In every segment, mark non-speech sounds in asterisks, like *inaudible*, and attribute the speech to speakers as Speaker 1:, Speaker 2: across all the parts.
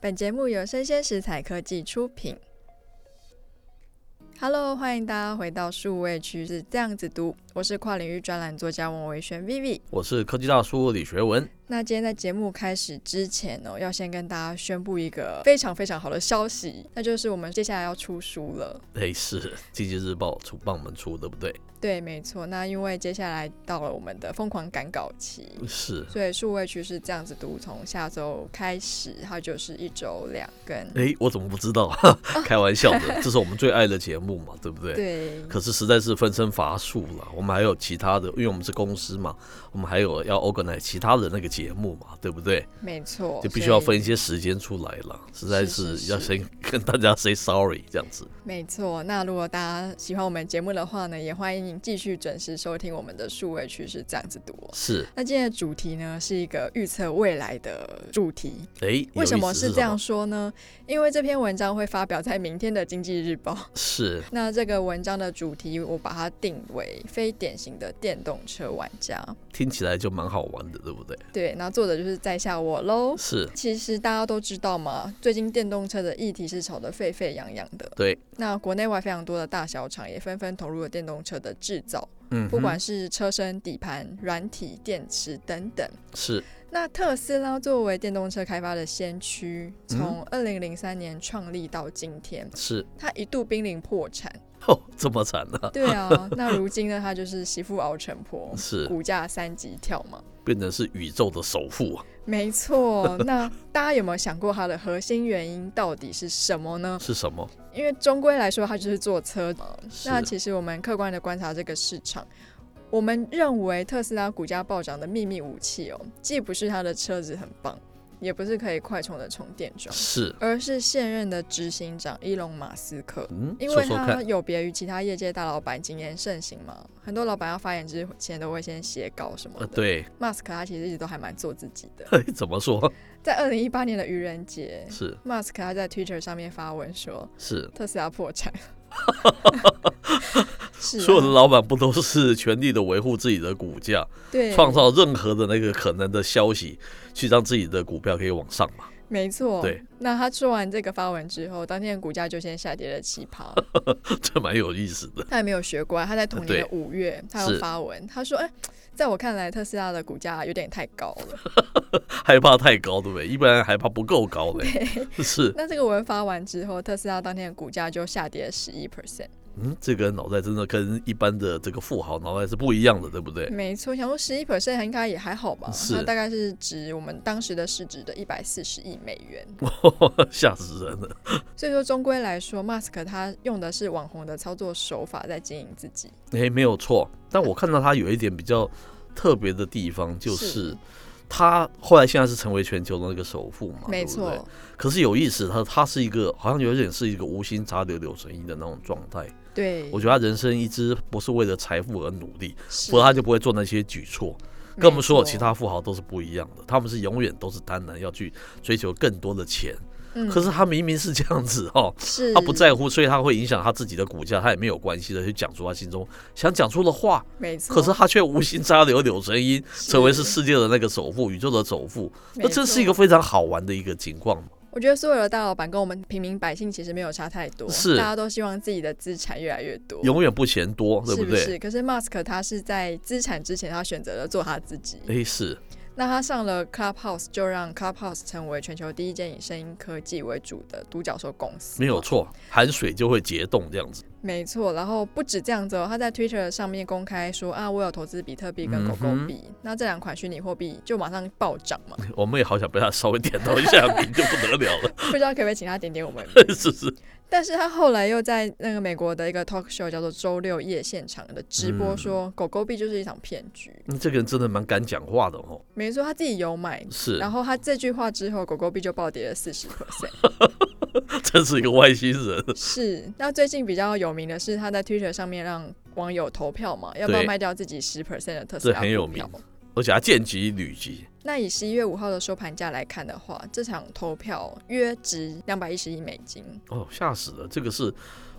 Speaker 1: 本节目由生鲜食材科技出品。Hello，欢迎大家回到数位趋势这样子读，我是跨领域专栏作家王维轩 Vivi。
Speaker 2: 我是科技大叔李学文。
Speaker 1: 那今天在节目开始之前呢、要先跟大家宣布一个非常非常好的消息，那就是我们接下来要出书了。
Speaker 2: 类似哎经济日报出帮我们出，对不对？
Speaker 1: 对，没错。那因为接下来到了我们的疯狂赶稿期，
Speaker 2: 是。
Speaker 1: 所以数位趋势这样子读，从下周开始，它就是一周两更。
Speaker 2: 诶，哎我怎么不知道？ *laughs* 开玩笑
Speaker 1: *laughs*
Speaker 2: 的，这是我们最爱的节目嘛，对不对？
Speaker 1: 对，
Speaker 2: 可是实在是分身乏术了，我们还有其他的，因为我们是公司嘛，我们还有要 organize 其他的那个节目嘛，对不对？
Speaker 1: 没错，
Speaker 2: 就必须
Speaker 1: 所以
Speaker 2: 要分一些时间出来了，实在
Speaker 1: 哦是
Speaker 2: 是
Speaker 1: 是
Speaker 2: 要先跟大家 say sorry 这样子。
Speaker 1: 没错，那如果大家喜欢我们节目的话呢，也欢迎继续准时收听我们的数位趋势这样子读哦。
Speaker 2: 是，
Speaker 1: 那今天的主题呢，是一个预测未来的主题。
Speaker 2: 诶，
Speaker 1: 为什
Speaker 2: 哎有
Speaker 1: 么
Speaker 2: 意思
Speaker 1: 是
Speaker 2: 是
Speaker 1: 这样？说呢？因为这篇文章会发表在明天的《经济日报》。
Speaker 2: 是
Speaker 1: 那这个文章的主题，我把它定为非典型的电动车玩家。
Speaker 2: 听起来就蛮好玩的，对不对？
Speaker 1: 对，那作者就是在下我喽。
Speaker 2: 是
Speaker 1: 其实大家都知道嘛，最近电动车的议题是吵得沸沸扬扬的。
Speaker 2: 对，
Speaker 1: 那国内外非常多的大小厂也纷纷投入了电动车的制造，
Speaker 2: 嗯哼，
Speaker 1: 不管是车身、底盘、软体、电池等等。
Speaker 2: 是
Speaker 1: 那特斯拉作为电动车开发的先驱，
Speaker 2: 嗯
Speaker 1: 从二零零三年创立到今天，
Speaker 2: 是，
Speaker 1: 它一度濒临破
Speaker 2: *laughs*
Speaker 1: 产。
Speaker 2: 哦，这么惨啊！
Speaker 1: 对啊，那如今呢，它就是媳妇熬成
Speaker 2: *laughs*
Speaker 1: 婆，
Speaker 2: 是
Speaker 1: 股价三级跳嘛。
Speaker 2: 变成是宇宙的首富啊，
Speaker 1: 没
Speaker 2: *laughs*
Speaker 1: 错，那大家有没有想过它的核心原因到底是什么呢？
Speaker 2: 是什么？
Speaker 1: 因为终归来说，它就是坐车嘛。
Speaker 2: 是
Speaker 1: 那其实我们客观的观察这个市场，我们认为特斯拉股价暴涨的秘密武器哦，既不是它的车子很棒，也不是可以快充的充电桩，
Speaker 2: 是，
Speaker 1: 而是现任的执行长伊隆马斯克。
Speaker 2: 嗯，
Speaker 1: 因
Speaker 2: 说
Speaker 1: 为
Speaker 2: 说
Speaker 1: 它
Speaker 2: 看，
Speaker 1: 有别于其他业界大老板谨言慎行嘛，很多老板要发言之前都会先写稿什么
Speaker 2: 呃，
Speaker 1: 的。
Speaker 2: 对， *laughs*
Speaker 1: 马斯克他其实一直都还蛮做自己的。
Speaker 2: 嘿怎么说？
Speaker 1: 在二零一八年的愚人节，
Speaker 2: 是
Speaker 1: 马斯克他在 Twitter 上面发文说，
Speaker 2: 是，
Speaker 1: 特斯拉破
Speaker 2: *laughs*
Speaker 1: 产。是、
Speaker 2: 所有的
Speaker 1: 啊，
Speaker 2: 老板不都是全力的维护自己的股价，
Speaker 1: 对，
Speaker 2: 创造任何的那个可能的消息，去让自己的股票可以往上嘛？
Speaker 1: 没错。
Speaker 2: 对，
Speaker 1: 那他说完这个发文之后，当天股价就先下跌了七
Speaker 2: *laughs*
Speaker 1: 趴。
Speaker 2: *laughs* 这蛮有意思的。
Speaker 1: 他也没有学乖，他在同年的
Speaker 2: 对
Speaker 1: 五月，他
Speaker 2: 是
Speaker 1: 有发文，他说：“哎、在我看来，特斯拉的股价有点太高
Speaker 2: *laughs*
Speaker 1: 了。
Speaker 2: 害怕太高，对不对？一般人害怕不够高嘞。 *laughs* 是”，
Speaker 1: 那这个文发完之后，特斯拉当天的股价就下跌十一 percent。
Speaker 2: 嗯，这个脑袋真的跟一般的这个富豪脑袋是不一样的，对不对？
Speaker 1: 没错，想说十一 percent 应该也还好吧，
Speaker 2: 是
Speaker 1: 那大概是指我们当时的市值的一百四十亿美元。
Speaker 2: *laughs* 吓死人了。
Speaker 1: 所以说，终归来说马斯克他用的是网红的操作手法在经营自己。
Speaker 2: 诶，没有错。但我看到他有一点比较特别的地方，就是
Speaker 1: 是
Speaker 2: 他后来现在是成为全球的那个首富嘛，
Speaker 1: 没
Speaker 2: 对不
Speaker 1: 错
Speaker 2: 对。，可是有意思，他他是一个好像有点是一个无心插柳柳成荫的那种状态。
Speaker 1: 对，
Speaker 2: 我觉得他人生一直不是为了财富而努力，
Speaker 1: 是
Speaker 2: 否则他就不会做那些举措。
Speaker 1: 没
Speaker 2: 跟我们所有
Speaker 1: 错
Speaker 2: 其他富豪都是不一样的，他们是永远都是贪婪要去追求更多的钱。
Speaker 1: 嗯
Speaker 2: 可是他明明是这样子哦，
Speaker 1: 是
Speaker 2: 他不，在乎，所以他会影响他自己的股价，他也没有关系的去讲出他心中想讲出的话。
Speaker 1: 没错，
Speaker 2: 可是他却无心插柳柳成荫，
Speaker 1: 是
Speaker 2: 成为是世界的那个首富，宇宙的首富。
Speaker 1: 没
Speaker 2: 那这是一个
Speaker 1: 错。
Speaker 2: 非常好玩的一个情况嘛。
Speaker 1: 我觉得所有的大老板跟我们平民百姓其实没有差太多，
Speaker 2: 是
Speaker 1: 大家都希望自己的资产越来越多，
Speaker 2: 永远不嫌多，对
Speaker 1: 是
Speaker 2: 不
Speaker 1: 不
Speaker 2: 对？
Speaker 1: 是？可是马斯克他是在资产之前，他选择了做他自己。
Speaker 2: 诶，是
Speaker 1: 那他上了 Clubhouse，就让 Clubhouse 成为全球第一间以声音科技为主的独角兽公司。
Speaker 2: 没有错，含水就会结冻这样子。 *laughs*
Speaker 1: 没错，然后不止这样子哦，他在 Twitter 上面公开说啊，我有投资比特币
Speaker 2: 嗯
Speaker 1: 跟狗狗币，那这两款虚拟货币就马上暴涨嘛， *laughs*
Speaker 2: 我们也好想被他稍微点到一下名就不得了了， *laughs*
Speaker 1: 不知道可不可以请他点点我们。
Speaker 2: 是不是？
Speaker 1: 但是他后来又在那个美国的一个 talk show 叫做周六夜现场的直
Speaker 2: 嗯
Speaker 1: 播说，狗狗币就是一场骗局。
Speaker 2: 嗯这个人真的蛮敢讲话的哦，
Speaker 1: 没错，他自己有买。
Speaker 2: 是，
Speaker 1: 然后他这句话之后，狗狗币就暴跌了四十 percent。
Speaker 2: *laughs* 真是一个外星人。 *laughs*
Speaker 1: 是，那最近比较有名的是他在 Twitter 上面让网友投票嘛，要不要
Speaker 2: 对
Speaker 1: 卖掉自己十 percent 的特斯拉
Speaker 2: 这很有
Speaker 1: 股票
Speaker 2: 名而且他见机履机，
Speaker 1: 那以十一月五号的收盘价来看的话，这场投票约值两百一十亿美
Speaker 2: *laughs*
Speaker 1: 金，
Speaker 2: 哦，吓死了！这个是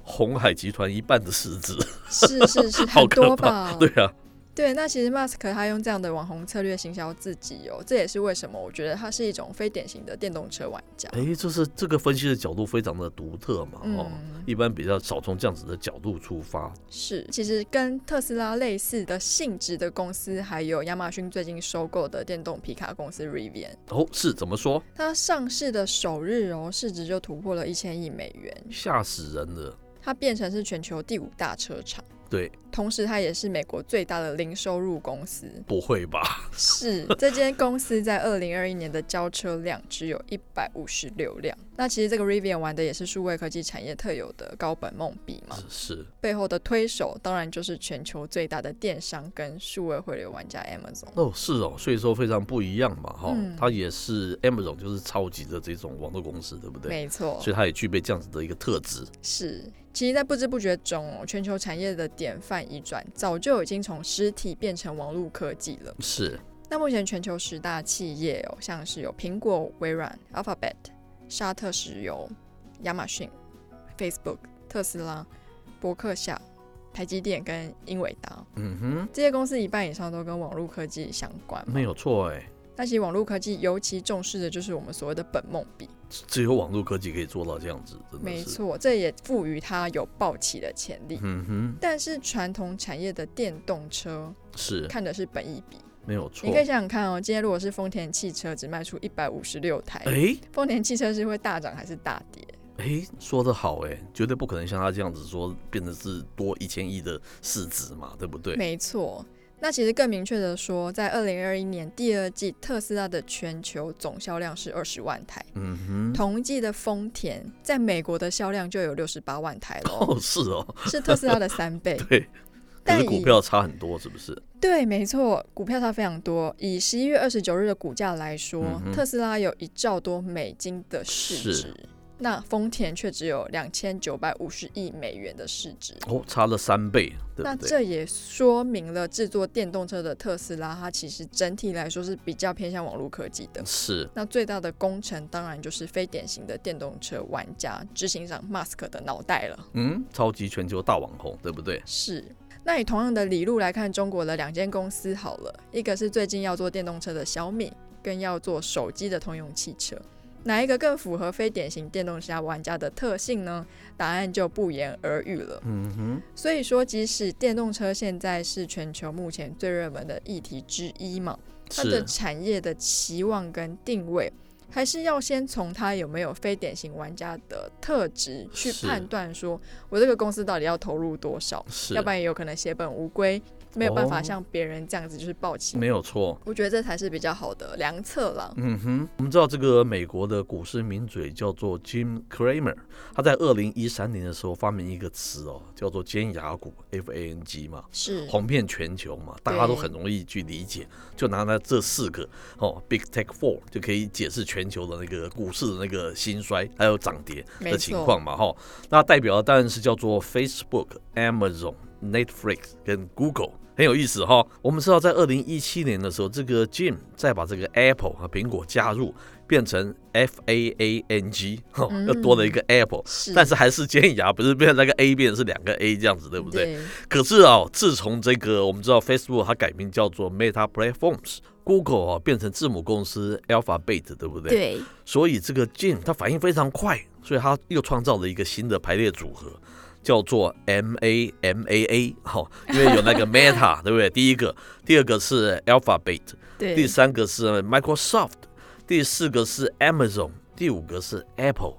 Speaker 2: 红海集团一半的市值，
Speaker 1: 是是是，
Speaker 2: 好
Speaker 1: 很多
Speaker 2: 可怕
Speaker 1: 吧？
Speaker 2: *laughs* 对啊，
Speaker 1: 对，那其实 Musk 他用这样的网红策略行销自己哦，这也是为什么我觉得他是一种非典型的电动车玩家。
Speaker 2: 哎，这是这个分析的角度非常的独特嘛，哦，
Speaker 1: 嗯，
Speaker 2: 一般比较少从这样子的角度出发。
Speaker 1: 是，其实跟特斯拉类似的性质的公司，还有亚马逊最近收购的电动皮卡公司 Rivian，
Speaker 2: 哦，是怎么说？
Speaker 1: 它上市的首日哦，市值就突破了一千亿美元，
Speaker 2: 吓死人了！
Speaker 1: 它变成是全球第五大车厂。
Speaker 2: 对，
Speaker 1: 同时，它也是美国最大的零收入公司。
Speaker 2: 不会吧？
Speaker 1: 是，这间公司在二零二一年的交车量只有一百五十六辆。那其实这个 Rivian 玩的也是数位科技产业特有的高本梦比嘛，
Speaker 2: 是
Speaker 1: 背后的推手当然就是全球最大的电商跟数位汇流玩家 Amazon。
Speaker 2: 哦，是哦，所以说非常不一样嘛，哈、
Speaker 1: 嗯
Speaker 2: 它也是 Amazon 就是超级的这种网络公司，对不对？
Speaker 1: 没错
Speaker 2: 所，以它也具备这样子的一个特质。
Speaker 1: 是。其实，在不知不觉中哦，全球产业的典范移转早就已经从实体变成网络科技了。
Speaker 2: 是，
Speaker 1: 那目前全球十大企业哦，像是有苹果、微软、Alphabet、沙特石油、亚马逊、Facebook、特斯拉、伯克夏、台积电跟英伟达
Speaker 2: 嗯哼，
Speaker 1: 这些公司，一半以上都跟网络科技相关。
Speaker 2: 没有错哎，
Speaker 1: 那其实网络科技尤其重视的就是我们所谓的本梦比，
Speaker 2: 只有网络科技可以做到这样子，真的
Speaker 1: 没
Speaker 2: 嗯是。
Speaker 1: 错，这也赋予它有暴起的潜力。
Speaker 2: 嗯哼，
Speaker 1: 但是传统产业的电动车
Speaker 2: 是
Speaker 1: 看的是本益比，
Speaker 2: 没有错
Speaker 1: 你可。以想想看哦，今天如果是丰田汽车只卖出一百五十六台，
Speaker 2: 哎
Speaker 1: 丰田汽车是会大涨还是大跌？
Speaker 2: 哎，说得好哎，绝对不可能像他这样子说变成是多一千亿的市值嘛，对不对？
Speaker 1: 没错。那其实更明确的说，在二零二一年第二季，特斯拉的全球总销量是二十万台，
Speaker 2: 嗯哼，
Speaker 1: 同季的丰田在美国的销量就有六十八万台了哦，
Speaker 2: 哦，是哦，
Speaker 1: *laughs* 是特斯拉的三
Speaker 2: *laughs*
Speaker 1: 倍。
Speaker 2: 对。可
Speaker 1: 但
Speaker 2: 是
Speaker 1: 以
Speaker 2: 股票差很多，是不是？
Speaker 1: 对，没错，股票差非常多。以十一月二十九日的股价来说，
Speaker 2: 嗯哼
Speaker 1: 特斯拉有一兆多美金的市值
Speaker 2: 是，
Speaker 1: 那丰田却只有两千九百五十亿美元的市值。
Speaker 2: 哦，差了三倍，对
Speaker 1: 那
Speaker 2: 不对？
Speaker 1: 这也说明了制作电动车的特斯拉，它其实整体来说是比较偏向网络科技的。
Speaker 2: 是，
Speaker 1: 那最大的功臣当然就是非典型的电动车玩家执行长 Musk 的脑袋了。
Speaker 2: 嗯，超级全球大网红，对不对？
Speaker 1: 是。那以同样的理路来看，中国的两间公司好了，一个是最近要做电动车的小米，跟要做手机的通用汽车，哪一个更符合非典型电动车玩家的特性呢？答案就不言而喻了。
Speaker 2: 嗯哼，
Speaker 1: 所以说，即使电动车现在是全球目前最热门的议题之一嘛，它的
Speaker 2: 是
Speaker 1: 产业的期望跟定位，还是要先从它有没有非典型玩家的特质去
Speaker 2: 是
Speaker 1: 判断，说我这个公司到底要投入多少，
Speaker 2: 是，
Speaker 1: 要不然也有可能血本无归，没有办法
Speaker 2: 哦
Speaker 1: 像别人这样子就是暴起。
Speaker 2: 没有错。
Speaker 1: 我觉得这才是比较好的良策啦。
Speaker 2: 嗯哼，我们知道这个美国的股市名嘴叫做 Jim Cramer，他在二零一三年的时候发明一个词哦，叫做尖牙股 （FANG） 嘛，
Speaker 1: 是
Speaker 2: 红遍全球嘛，大家都很容易去理解，就拿那这四个哦，Big Tech Four 就可以解释全球的那个股市的那个兴衰还有涨跌
Speaker 1: 没
Speaker 2: 的情
Speaker 1: 错，
Speaker 2: 况嘛，哈。那代表的当然是叫做 Facebook、Amazon、Netflix 跟 Google。很有意思哈，我们知道在二零一七年的时候，这个 Jim 再把这个 Apple 和苹果加入，变成 F A A N G，哈，
Speaker 1: 嗯
Speaker 2: 又多了一个 Apple，
Speaker 1: 是，
Speaker 2: 但是还是尖牙，不是变成那个 A 变成是两个 A 这样子，对不对？
Speaker 1: 对？
Speaker 2: 可是啊、自从这个我们知道 Facebook 它改名叫做 Meta Platforms。Google 啊变成字母公司 Alphabet，对不对？
Speaker 3: 对，
Speaker 2: 所以这个 Jim 它反应非常快，所以它又创造了一个新的排列组合，叫做 M A M A A 哈、因为有那个 Meta 对不对？第一个，第二个是 Alphabet，
Speaker 3: 对，
Speaker 2: 第三个是 Microsoft，第四个是 Amazon，第五个是 Apple。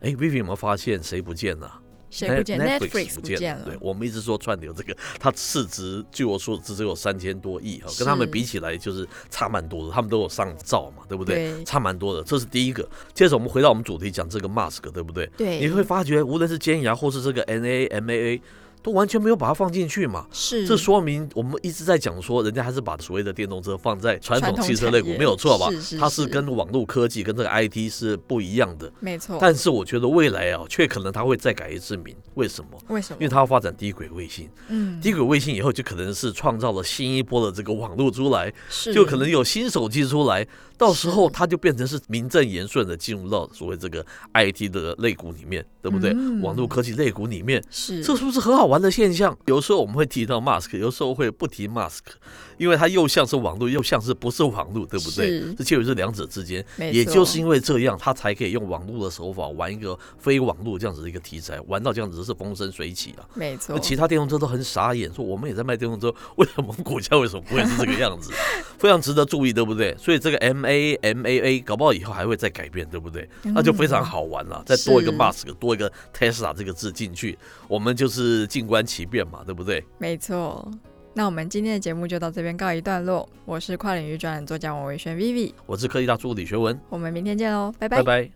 Speaker 2: 哎，Vivi 有没有发现谁不见了？
Speaker 1: 谁不见
Speaker 2: Net-
Speaker 1: Netflix
Speaker 2: 不
Speaker 1: 不
Speaker 2: 见
Speaker 1: 见
Speaker 2: 了。
Speaker 1: 了
Speaker 2: 对，，我们一直说串流这个，它市值据我所知只有三千多亿哈，
Speaker 1: 是
Speaker 2: 跟他们比起来就是差蛮多的，他们都有上兆嘛，对不对？
Speaker 1: 对
Speaker 2: 差蛮多的，这是第一个。接着我们回到我们主题讲这个 Mask，对不对？
Speaker 3: 对，
Speaker 2: 你会发觉无论是尖牙或是这个 NA、MAA，都完全没有把它放进去嘛。
Speaker 1: 是
Speaker 2: 这说明我们一直在讲说，人家还是把所谓的电动车放在传
Speaker 1: 传
Speaker 2: 统
Speaker 1: 统
Speaker 2: 汽车
Speaker 1: 产
Speaker 2: 类股，
Speaker 1: 业
Speaker 2: 没有错吧？
Speaker 1: 是是
Speaker 2: 它
Speaker 1: 是
Speaker 2: 是跟网络科技跟这个 IT 是不一样的。
Speaker 1: 没错。
Speaker 2: 但是我觉得未来啊，却可能它会再改一次名，为什么？
Speaker 1: 为什
Speaker 2: 因为
Speaker 1: 么？
Speaker 2: 它要发展低轨卫星，
Speaker 1: 嗯，
Speaker 2: 低轨卫星以后就可能是创造了新一波的这个网络出来，
Speaker 1: 是
Speaker 2: 就可能有新手机出来，到时候
Speaker 1: 是
Speaker 2: 它就变成是名正言顺的进入到所谓这个 IT 的类股里面，对不对？
Speaker 1: 嗯
Speaker 2: 网络科技类股里面，
Speaker 1: 是
Speaker 2: 这是不是很好玩的现象？有时候我们会提到 Mask，有时候会不提 Mask，因为它又像是网络，又像是不是网络，对不对？
Speaker 1: 是
Speaker 2: 这介于这两者之间，
Speaker 1: 没
Speaker 2: 也就是
Speaker 1: 错
Speaker 2: 因为这样，他才可以用网络的手法玩一个非网络这样子的一个题材，玩到这样子是风生水起啊。
Speaker 1: 没错
Speaker 2: 那，其他电动车都很傻眼，说我们也在卖电动车，为什么我们国家为什么不会是这个样
Speaker 1: *laughs*
Speaker 2: 子？非常值得注意，对不对？所以这个 M A M A A 搞不好以后还会再改变，对不对？那就非常好玩了、 *laughs* 再多一个
Speaker 1: 嗯是
Speaker 2: Mask，多一个 Tesla 这个字进去，我们就是静观其变嘛，对不对？
Speaker 1: 嗯没错。那我们今天的节目就到这边告一段落。我是跨领域专栏作家王维轩 Vivi，
Speaker 2: 我是科技大叔李学文，
Speaker 1: 我们明天见喽，拜
Speaker 2: 拜拜